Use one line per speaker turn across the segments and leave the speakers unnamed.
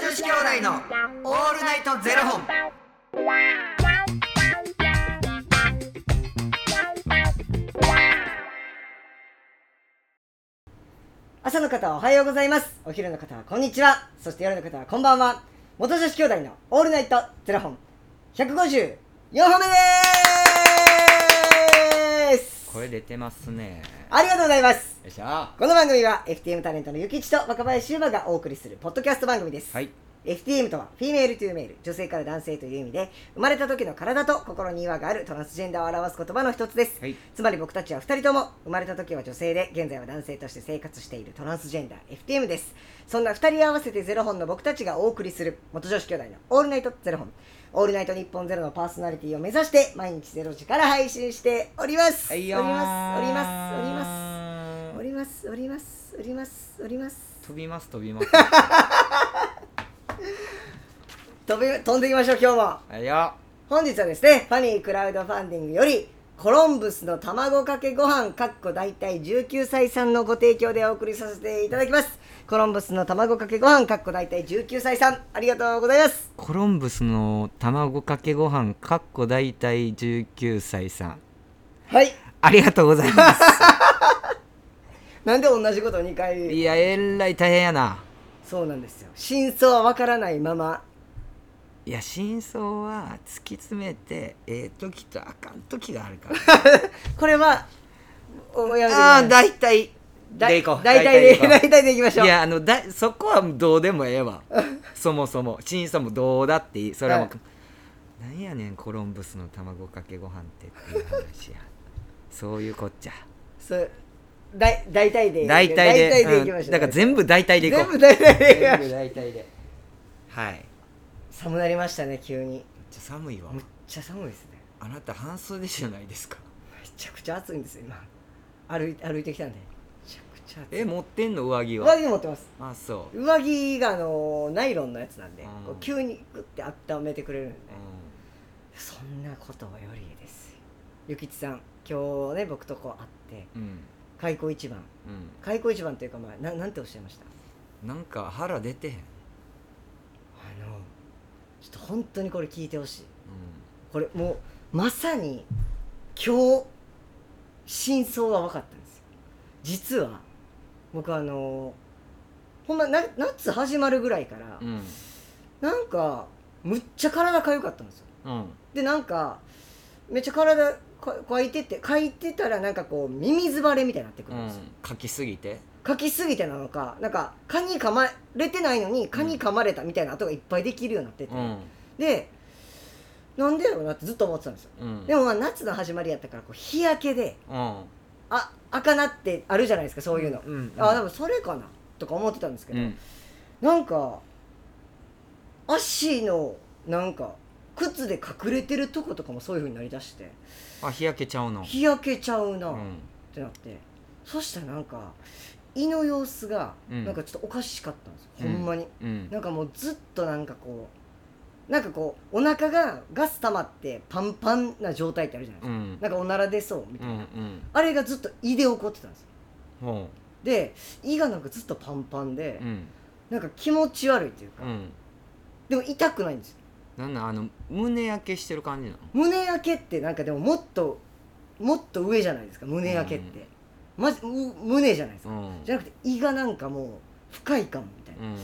子兄弟のオールナイトゼロ本。
朝の方はおはようございますお昼の方はこんにちはそして夜の方はこんばんは元女子兄弟のオールナイトゼロ本154本目でーす
声出てますね。
ありがとうございます
よいしょ。は
この番組は FTM タレントのゆきちと若林優馬がお送りするポッドキャスト番組です、
い。
FTM とはフィメールというメール女性から男性という意味で生まれた時の体と心に違和があるトランスジェンダーを表す言葉の一つです、
はい。
つまり僕たちは2人とも生まれた時は女性で現在は男性として生活しているトランスジェンダー FTM ですそんな2人合わせてゼロ本の僕たちがお送りする元女子兄弟の「オールナイトゼロ本」「オールナイト日本ゼロのパーソナリティを目指して毎日ゼロ時から配信しております、
はい
お
よー
りますおりますおりますお
す。
りますおりますおりますおります
飛びます飛びます。
飛び飛んでいきましょう今日も
はいよ。
本日はですねファニークラウドファンディングよりコロンブスの卵かけご飯かっこ大体19歳さんのご提供でお送りさせていただきますコロンブスの卵かけご飯かっこ大体19歳さんありがとうございます
コロンブスの卵かけご飯かっこ大体19歳さん。
はい
ありがとうございます。
なんで同じこと2
い
回
や、えらい大変やな。
そうなんですよ真相はわからないまま
いや、真相は突き詰めて、ええ時とあかん時があるから。
これはおやめてくだ
ああ
さい
ー大体
だ
で
い
いこう
大体で
いこう
大体でいきましょう
いやあのだそこはどうでもえ えわそもそも審査もどうだっていいそれはもう
は、
なんやねんコロンブスの卵かけご飯ってっていう話や そういうこっちゃ
そうだい大体で
大体で
大体でいきましょう、
うんだから全部大体でいこう
全部大体でいきましょう
全部大体ではい
寒なりましたね急に
じゃ寒いわ
むっちゃ寒いですね
あなた半袖じゃないで すか
めちゃくちゃ暑いんですよ今歩い歩いてきたんでめちゃくちゃ暑い
え持ってんの上着は
上着持ってます
あそう、うん、
上着があのナイロンのやつなんで、
うん
こう急にグッて温めてくれるんで、そんなことよりですよゆきちさん今日ね僕とこう会って
うん
開口一番
う
開口一番というか、まあ、ななんておっしゃいました
ん、なんか腹出てへん、うん、
あのちょっと本当にこれ聞いてほしいこれもうまさに今日真相が分かったんですよ実は僕あのほんまな夏始まるぐらいから、
うん
なんかむっちゃ体かゆかったんですよ
うん
でなんかめっちゃ体かかいててかいてたらなんかこう耳ズバレみたいになってく
う
るんですよ、
ん、書きすぎて
かきすぎてなのかなんか蚊に噛まれてないのに蚊に噛まれたみたいな跡がいっぱいできるようになってて、
うん
でなんでやろうなってずっと思ってたんですよ
うん
でもまあ夏の始まりやったからこう日焼けで
うん
あ赤なってあるじゃないですかそういうの、
うんうん
あでもそれかなとか思ってたんですけ
う
ど、
ん
なんか足のなんか靴で隠れてるとことかもそういう風になりだして
あ日焼けちゃうの
日焼けちゃうな
う
っ
ん
てなって、そしたらなんか胃の様子が
うん
なんかちょっとおかしかったんですよ、
うん
ほんまに
うん
なんかもうずっとなんかこうなんかこうお腹がガス溜まってパンパンな状態ってあるじゃないですか
う、ん
なんかおなら出そうみた
う
いな、
んうん
あれがずっと胃で起こってたんですよ
ほ
で胃がなんかずっとパンパンで
う、うん
なんか気持ち悪いっていうか、
うん
でも痛くないんですよ
なんなんあの胸焼けしてる感じなの
胸焼けってなんかでももっともっと上じゃないですか胸焼けって、まじう胸じゃないですか、
うん
じゃなくて胃がなんかもう不快感みたいな
うん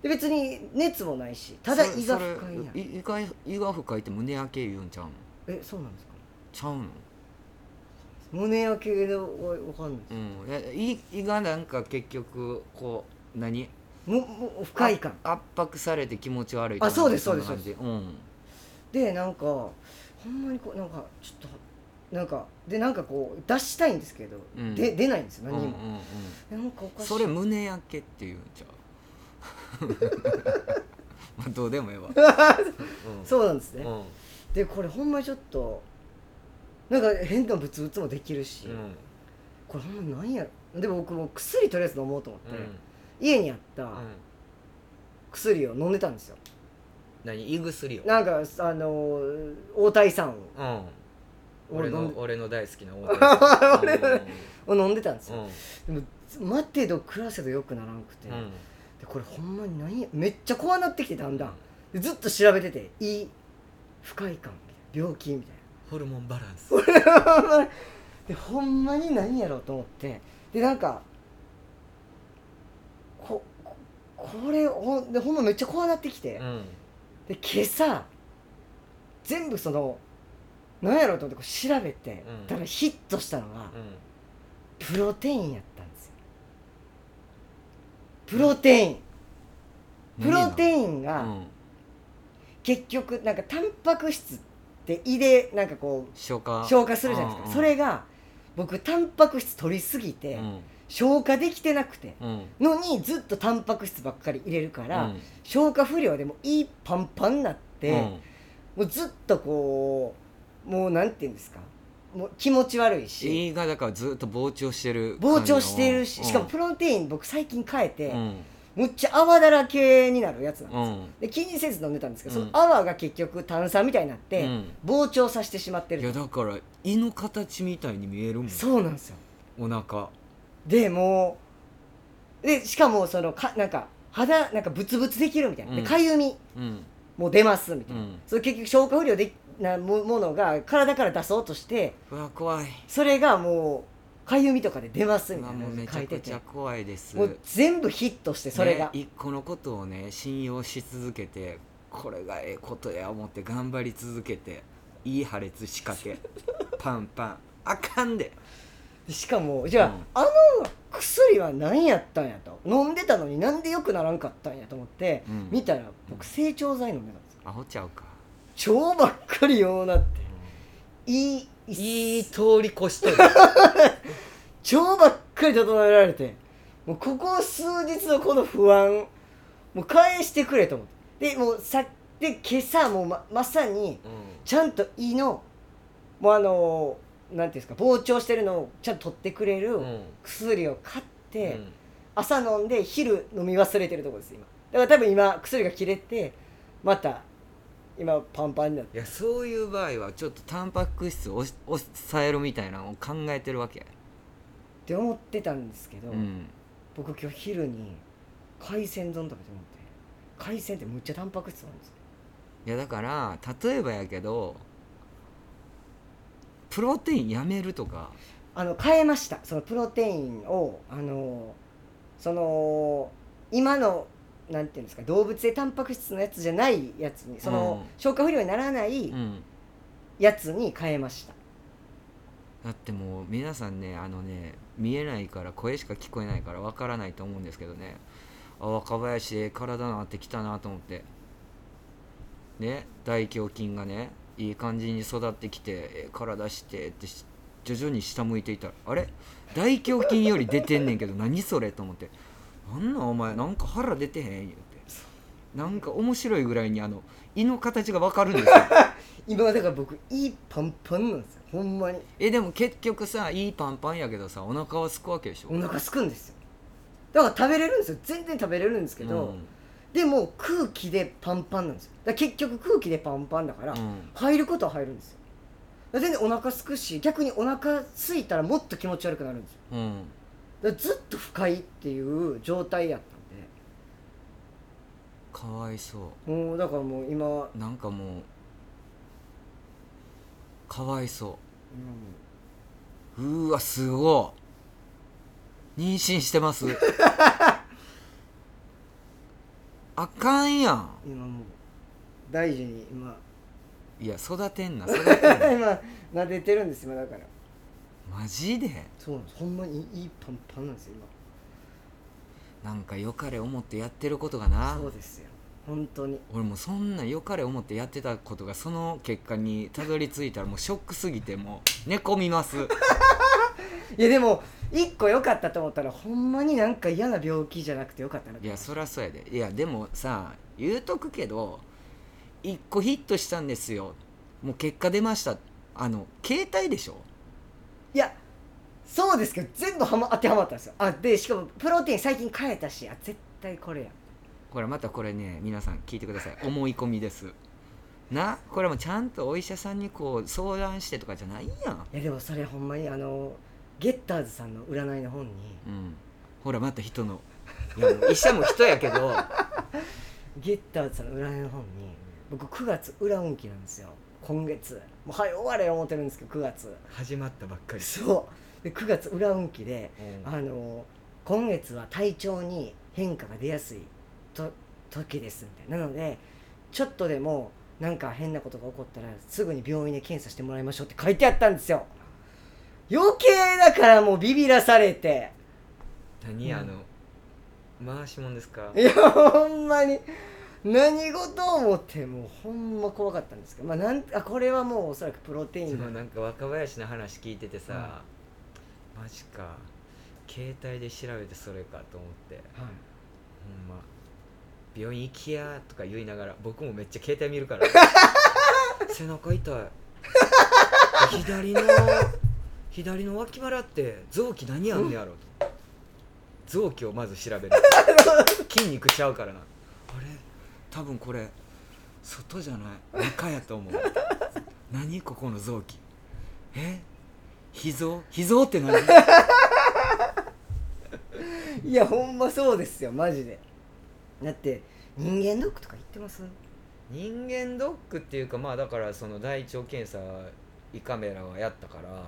で別に熱もないしただ
そ
胃が不快な
それい胃が胃が深いって胸焼け言うんちゃうの
えそうなんですか
ちゃうの
胸焼けでわわかんないで
うんえ胃胃がなんか結局こう何
すもも不快感
あ圧迫されて気持ち悪いとか
あそうです
なんか
そうです
んな感じ
でなんかほんまにこうなんかちょっとなんかでなんかこう出したいんですけど、
うん
で出ないんですよ
うん
何
うん
に
うん
も、なんかお
う
か
ん
しい
それ胸焼けって言うんちゃう まあどう でもええわうん
そうなんですね、
うん
でこれほんまにちょっとなんか変なブツブツもできるし、
うん
これほんまなんやろでも僕もう薬とりあえず飲もうと思って、
うん
家にあった
うん
薬を飲んでたんですよ
何胃薬を
なんかあのー応対酸
うん
を
俺
飲
の
んで
俺の大好きな 大
俺
谷
のを飲んでたんです
うん
よ、でも待てど暮らせどよくならんくて、
うん
でこれほんまに何やめっちゃ怖なってきてだんだんでずっと調べてて胃不快感みたいな病気みたい
ホルモンバランス
なでほんまに何やろうと思ってでなんかこここれほんでほんまめっちゃ怖なってきて、
うん
で今朝全部その何やろうと思ってこう調べて、
うん
ただヒットしたのが、プロテインやったんですよプロテイン、プロテ
ン
インが
うん
結局なんかタンパク質って胃でなんかこう
消化
消化するじゃないですかそれが僕タンパク質取りすぎて
うん
消化できてなくて
うん
のにずっとタンパク質ばっかり入れるか
う
ら
ん
消化不良でもう胃パンパンになって
うん
もうずっとこうもうなんて言うんですかもう気持ち悪いし
胃がだからずっと膨張してる
膨張してるししかもプ
ロ
ロテイン僕最近変えて、
うん
むっちゃ泡だらけになるやつなんです
う
よ、
ん
で気にせず飲んでたんですけど、
うん
その泡が結局炭酸みたいになって、
うん
膨張させてしまって
いや
る
だから胃の形みたいに見えるもん
そうなんですよ
お腹
でもうでしかもそのかなんか肌なんかブツブツできるみたいなで
うん
かゆみ
うん
も出ますみたいな、
うん
それ結局消化不良でなもものが体から出そうとして
うわ怖い
それがもうかゆみとかで出ますみ
今
たい
もう
な
め
の
ち
書
ゃ
いて
く
て
ちゃ怖いです
もう全部ヒットしてそれが、
ね、一個のことをね信用し続けてこれがええことや思って頑張り続けていい破裂仕掛 けパンパンあかんで
しかもじゃあ、
うん
あの薬は何やったんやと飲んでたのになんでよくならんかったんやと思って、
うん
見たら僕成長剤飲んでたんですよ
アホちゃうか
超ばっかりようなっていい
いい通り越しとる
超ばっかり整えられてもうここ数日のこの不安もう返してくれと思ってでもうさで今朝もうままさにちゃんと胃のもうあのなんていうんですか膨張してるのをちゃんと取ってくれる
うんうん
薬を買って、
うん
朝飲んで昼飲み忘れてるところです今だから多分今薬が切れてまた今パンパンになって
いやそういう場合はちょっとタンパク質を押し抑えるみたいなのを考えてるわけや
って思ってたんですけど、
うん
僕今日昼に海鮮丼食べて思って海鮮ってむっちゃタンパク質なんですよ
いやだから例えばやけどプロテインやめるとか
あの変えましたそのプロテインをあのその今のなんていうんですか動物性タンパク質のやつじゃないやつにその、
うん
消化不良にならない
うん
やつに変えました、
だってもう皆さんねあのね見えないから声しか聞こえないからわからないと思うんですけどねあ若林ええ体なってきたなと思ってね大胸筋がねいい感じに育ってきてええ体してってし徐々に下向いていたらあれ大胸筋より出てんねんけど何それと思ってなんなんお前なんか腹出てへん言うてなんか面白いぐらいにあの胃の形がわかるんですよ
今だから僕いいパンパンなんですよほんまに
えでも結局さいいパンパンやけどさお腹はすくわけでしょ
お腹すくんですよだから食べれるんですよ全然食べれるんですけど、
うん
でも空気でパンパンなんですよだから結局空気でパンパンだから、
うん
入ることは入るんですよだから全然お腹すくし逆にお腹すいたらもっと気持ち悪くなるんですよ
うん、
だからずっと不快っていう状態やった
かわいそ
んでもうだからもう今今も
うなんかもうかわいそうううーわすごい妊娠してます あかんやん
今もう大事に今
いや育てんな育てんな
今撫でてるんです今だから
マジで
そうなんですほんまにいいパンパンなんですよ今
なんか良かれ思ってやってることがな
そうですよ本当に
俺もうそんな良かれ思ってやってたことがその結果にたどり着いたらもうショックすぎてもう寝込みます
いやでも一個良かったと思ったらほんまになんか嫌な病気じゃなくて良かったない
やそりゃそうやでいやでもさ言うとくけど一個ヒットしたんですよもう結果出ましたあの携帯でしょ
いやそうですけど全部は、ま、当てはまったんですよあでしかもプロテイン最近変えたしあ絶対これや
これまたこれね皆さん聞いてください思い込みですなこれもちゃんとお医者さんにこう相談してとかじゃないやん
いやでもそれほんまにあのゲッターズさんの占いの本に
うんほらまた人のいやもう医者も人やけど
ゲッターズさんの裏の本に僕9月裏運気なんですよ今月もう早い終われよ思ってるんですけど9月
始まったばっかり
そうで9月裏運気で
うん
あの今月は体調に変化が出やすいと時ですみたいななのでちょっとでもなんか変なことが起こったらすぐに病院で検査してもらいましょうって書いてあったんですよ余計だからもうビビらされて
何あの、回しもんですか
いやほんまに何事を思ってもうほんま怖かったんですけど、まあ、なんあこれはもうおそらくプロテイ
そ
ン
の
が
なんか若林の話聞いててさ、マジか携帯で調べてそれかと思ってほ
はい
んま病院行きやとか言いながら僕もめっちゃ携帯見るから背中痛い左の左の脇腹って臓器何あんねやろと、臓器をまず調べる筋肉ちゃうからなあれ多分これ外じゃない中やと思う何ここの臓器え脾臓脾臓って何
いやほんまそうですよマジでだって人間ドックとか行ってます
人間ドックっていうかまあだからその大腸検査胃カメラはやったから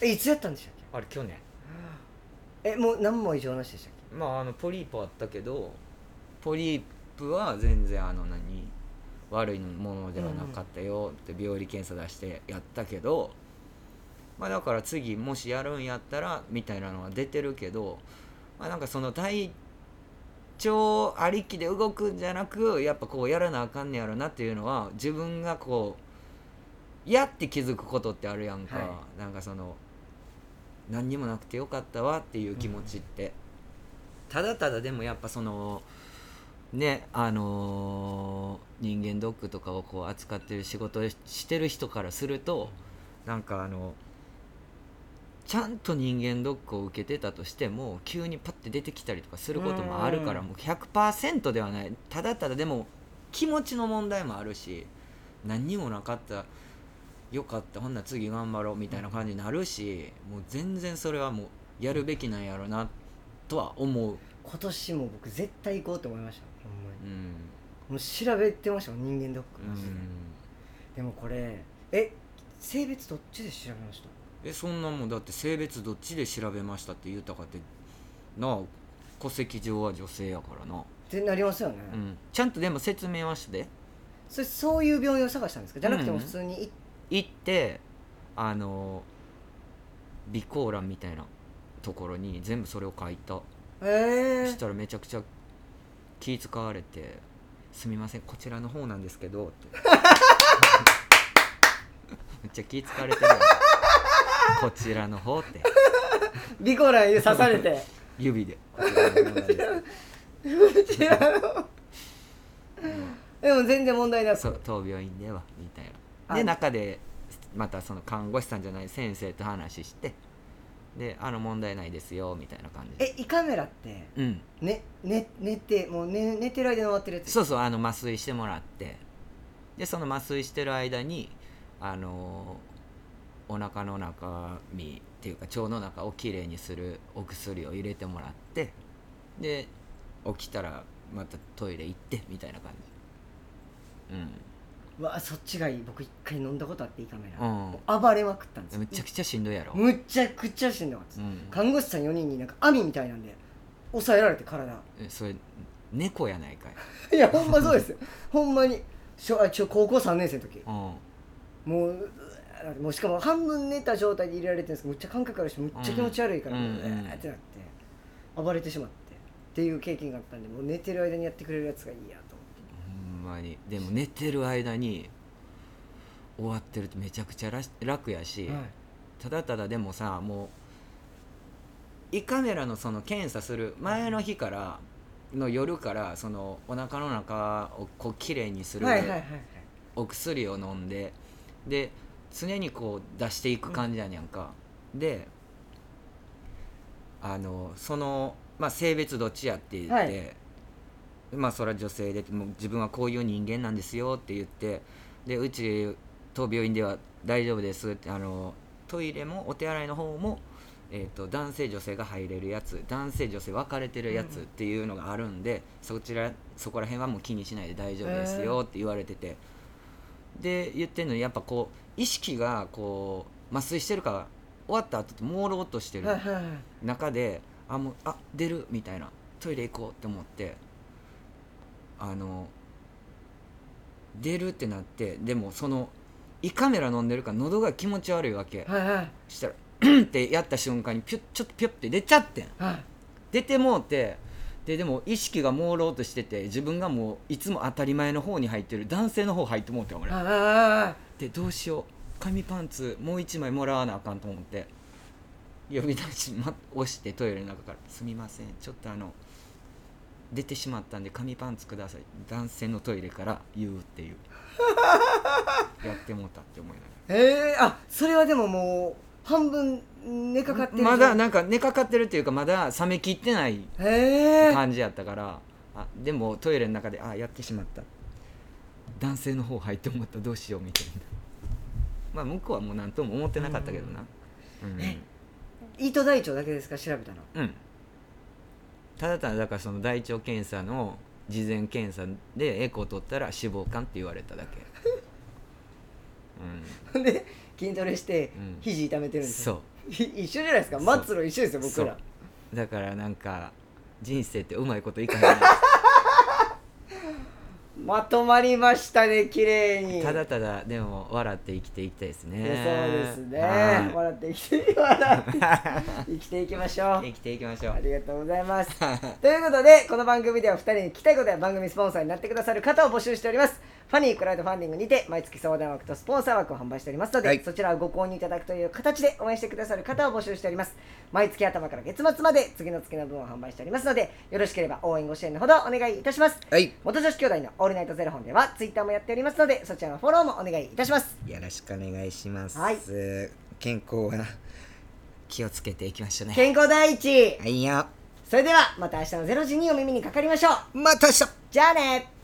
えいつやったんでしたっ
あれ去年
けえもう何も異常なしでしたっ
まああのポリープはあったけどポリープは全然あの何悪いものではなかったよって病理検査出してやったけど、まあだから次もしやるんやったらみたいなのは出てるけどまあなんかその体調ありきで動くんじゃなくやっぱこうやらなあかんねやろなっていうのは自分がこうやって気づくことってあるやんか、
は
なんかその何にもなくてよかったわっていう気持ちって、ただただでもやっぱそのねあのー人間ドックとかをこう扱ってる仕事をしてる人からするとなんかあのちゃんと人間ドックを受けてたとしても急にパッて出てきたりとかすることもあるから
うん
もう100%ではないただただでも気持ちの問題もあるし何にもなかったよかったほんなら次頑張ろうみたいな感じになるしもう全然それはもうやるべきなんやろなとは思う、
け今年も僕絶対行こうと思いましたほんまに
う
も
ん
う調べてましたもん人間ドック、マジででもこれえ性別どっちで調べました
えそんなもんだって性別どっちで調べましたって言うたかってなあ戸籍上は女性やからな、
ってなりますよね、
うん、ちゃんとでも説明はして
それそういう病院を探したんですかじゃなくても
うん
普通に行っ
行ってあの備考欄みたいなところに全部それを書いた
え
そ
ー
し、たらめちゃくちゃ気使われて「すみませんこちらの方なんですけど」って めっちゃ気使われてるやんこちらの方って
ビコランに刺され て
指でこちらの方なんですけ
違う
ど
でも全然問題な
そ
く
う当病院ではみたいな
あ
で中でまたその看護師さんじゃない先生と話してであの問題ないですよみたいな感じで
え胃カメラって
うん
ねね寝てもう寝寝てる間に終わってるやつ
そうそうあの麻酔してもらってでその麻酔してる間にあのお腹の中身っていうか腸の中をきれいにするお薬を入れてもらってで起きたらまたトイレ行ってみたいな感じ
うわそっちがいい僕一回飲んだことあって胃カメ
う
ラ、
んうん
暴れまくったんですよ
めちゃくちゃしんどいやろ、
むっちゃくちゃしんどかったです
うん
看護師さん4人になんか網みたいなんで抑えられて体
えそれ猫やないかい、
いやほんまそうですよほんまに小あちょ高校3年生の時
うん、
もううわーもうしかも半分寝た状態で入れられてるんですけどむっちゃ感覚あるしむっちゃ気持ち悪いから、
う
うんわーってなって暴れてしまってっていう経験があったんでもう寝てる間にやってくれるやつがいいやと思って
ほんまにでも寝てる間に終わってるとめちゃくちゃらし楽やし、ただただでもさもう胃カメラのその検査する前の日からの夜からそのお腹の中をこうきれいにする
はいはいはいはい
お薬を飲んでで常にこう出していく感じやねんか、であのその、まあ、性別どっちやって言って、
はい
まあそれは女性でもう自分はこういう人間なんですよって言ってでうち当病院では大丈夫ですってあのトイレもお手洗いの方も、えー、と男性女性が入れるやつ男性女性分かれてるやつっていうのがあるんで、そちらそこら辺はもう気にしないで大丈夫ですよって言われてて、で言ってるのにやっぱこう意識がこう麻酔してるから終わった後って朦朧としてる
はいはいはい
中であもうあ出るみたいなトイレ行こうって思ってあの出るってなってでもその胃カメラ飲んでるから喉が気持ち悪いわけ、
はいはい
したら「うんってやった瞬間にピュッちょっとピュッて出ちゃってん
はい
出てもうてででも意識が朦朧としてて自分がもういつも当たり前の方に入ってる男性の方入ってもうてん俺
はいは
でどうしよう紙パンツもう一枚もらわなあかんと思って呼び出し、ま、押してトイレの中から「すみませんちょっとあの出てしまったんで紙パンツください男性のトイレから言う」っ ていうやってもうたって思いながら。
いえー、あそれはでももう半分寝かかってる
まだなんか寝かかってるっていうかまだ冷めきってない
ええー、
感じやったからあでもトイレの中であやってしまった男性の方入って思ったどうしようみたいなまあ向こうはもう何とも思ってなかったけどな
糸大腸だけですか調べたの
うん、うん、ただただだからその大腸検査の事前検査でエコー取ったら脂肪肝って言われただけ
ほ んで筋トレして
うん
肘痛めて
う
るん
ん
です
そ
よ、
う
ひ一緒じゃないですか
そう
末路一緒ですよ僕ら
そうだからなんか人生ってうまいこといかへんな
まとまりましたね綺麗 に
ただただでも笑って生きていきたいですね
いやそうですね
はい
笑って生きて笑って生きていきましょう
生きていきましょ
あ
う
りがとうございますということでこの番組では2人に聞きたいことや番組スポンサーになってくださる方を募集しておりますファニークラウドファンディングにて毎月相談枠とスポンサー枠を販売しておりますので、
はい
そちらをご購入いただくという形で応援してくださる方を募集しております毎月頭から月末まで次の月の分を販売しておりますのでよろしければ応援ご支援のほどお願いいたします
はい
元女子兄弟のオールナイトゼロ本ではツイッターもやっておりますのでそちらのフォローもお願いいたします
よろしくお願いします、
はい
健康は気をつけていきましょうね
健康第一
はいよ
それではまた明日の0時にお耳にかかりましょう
また明日
じゃあね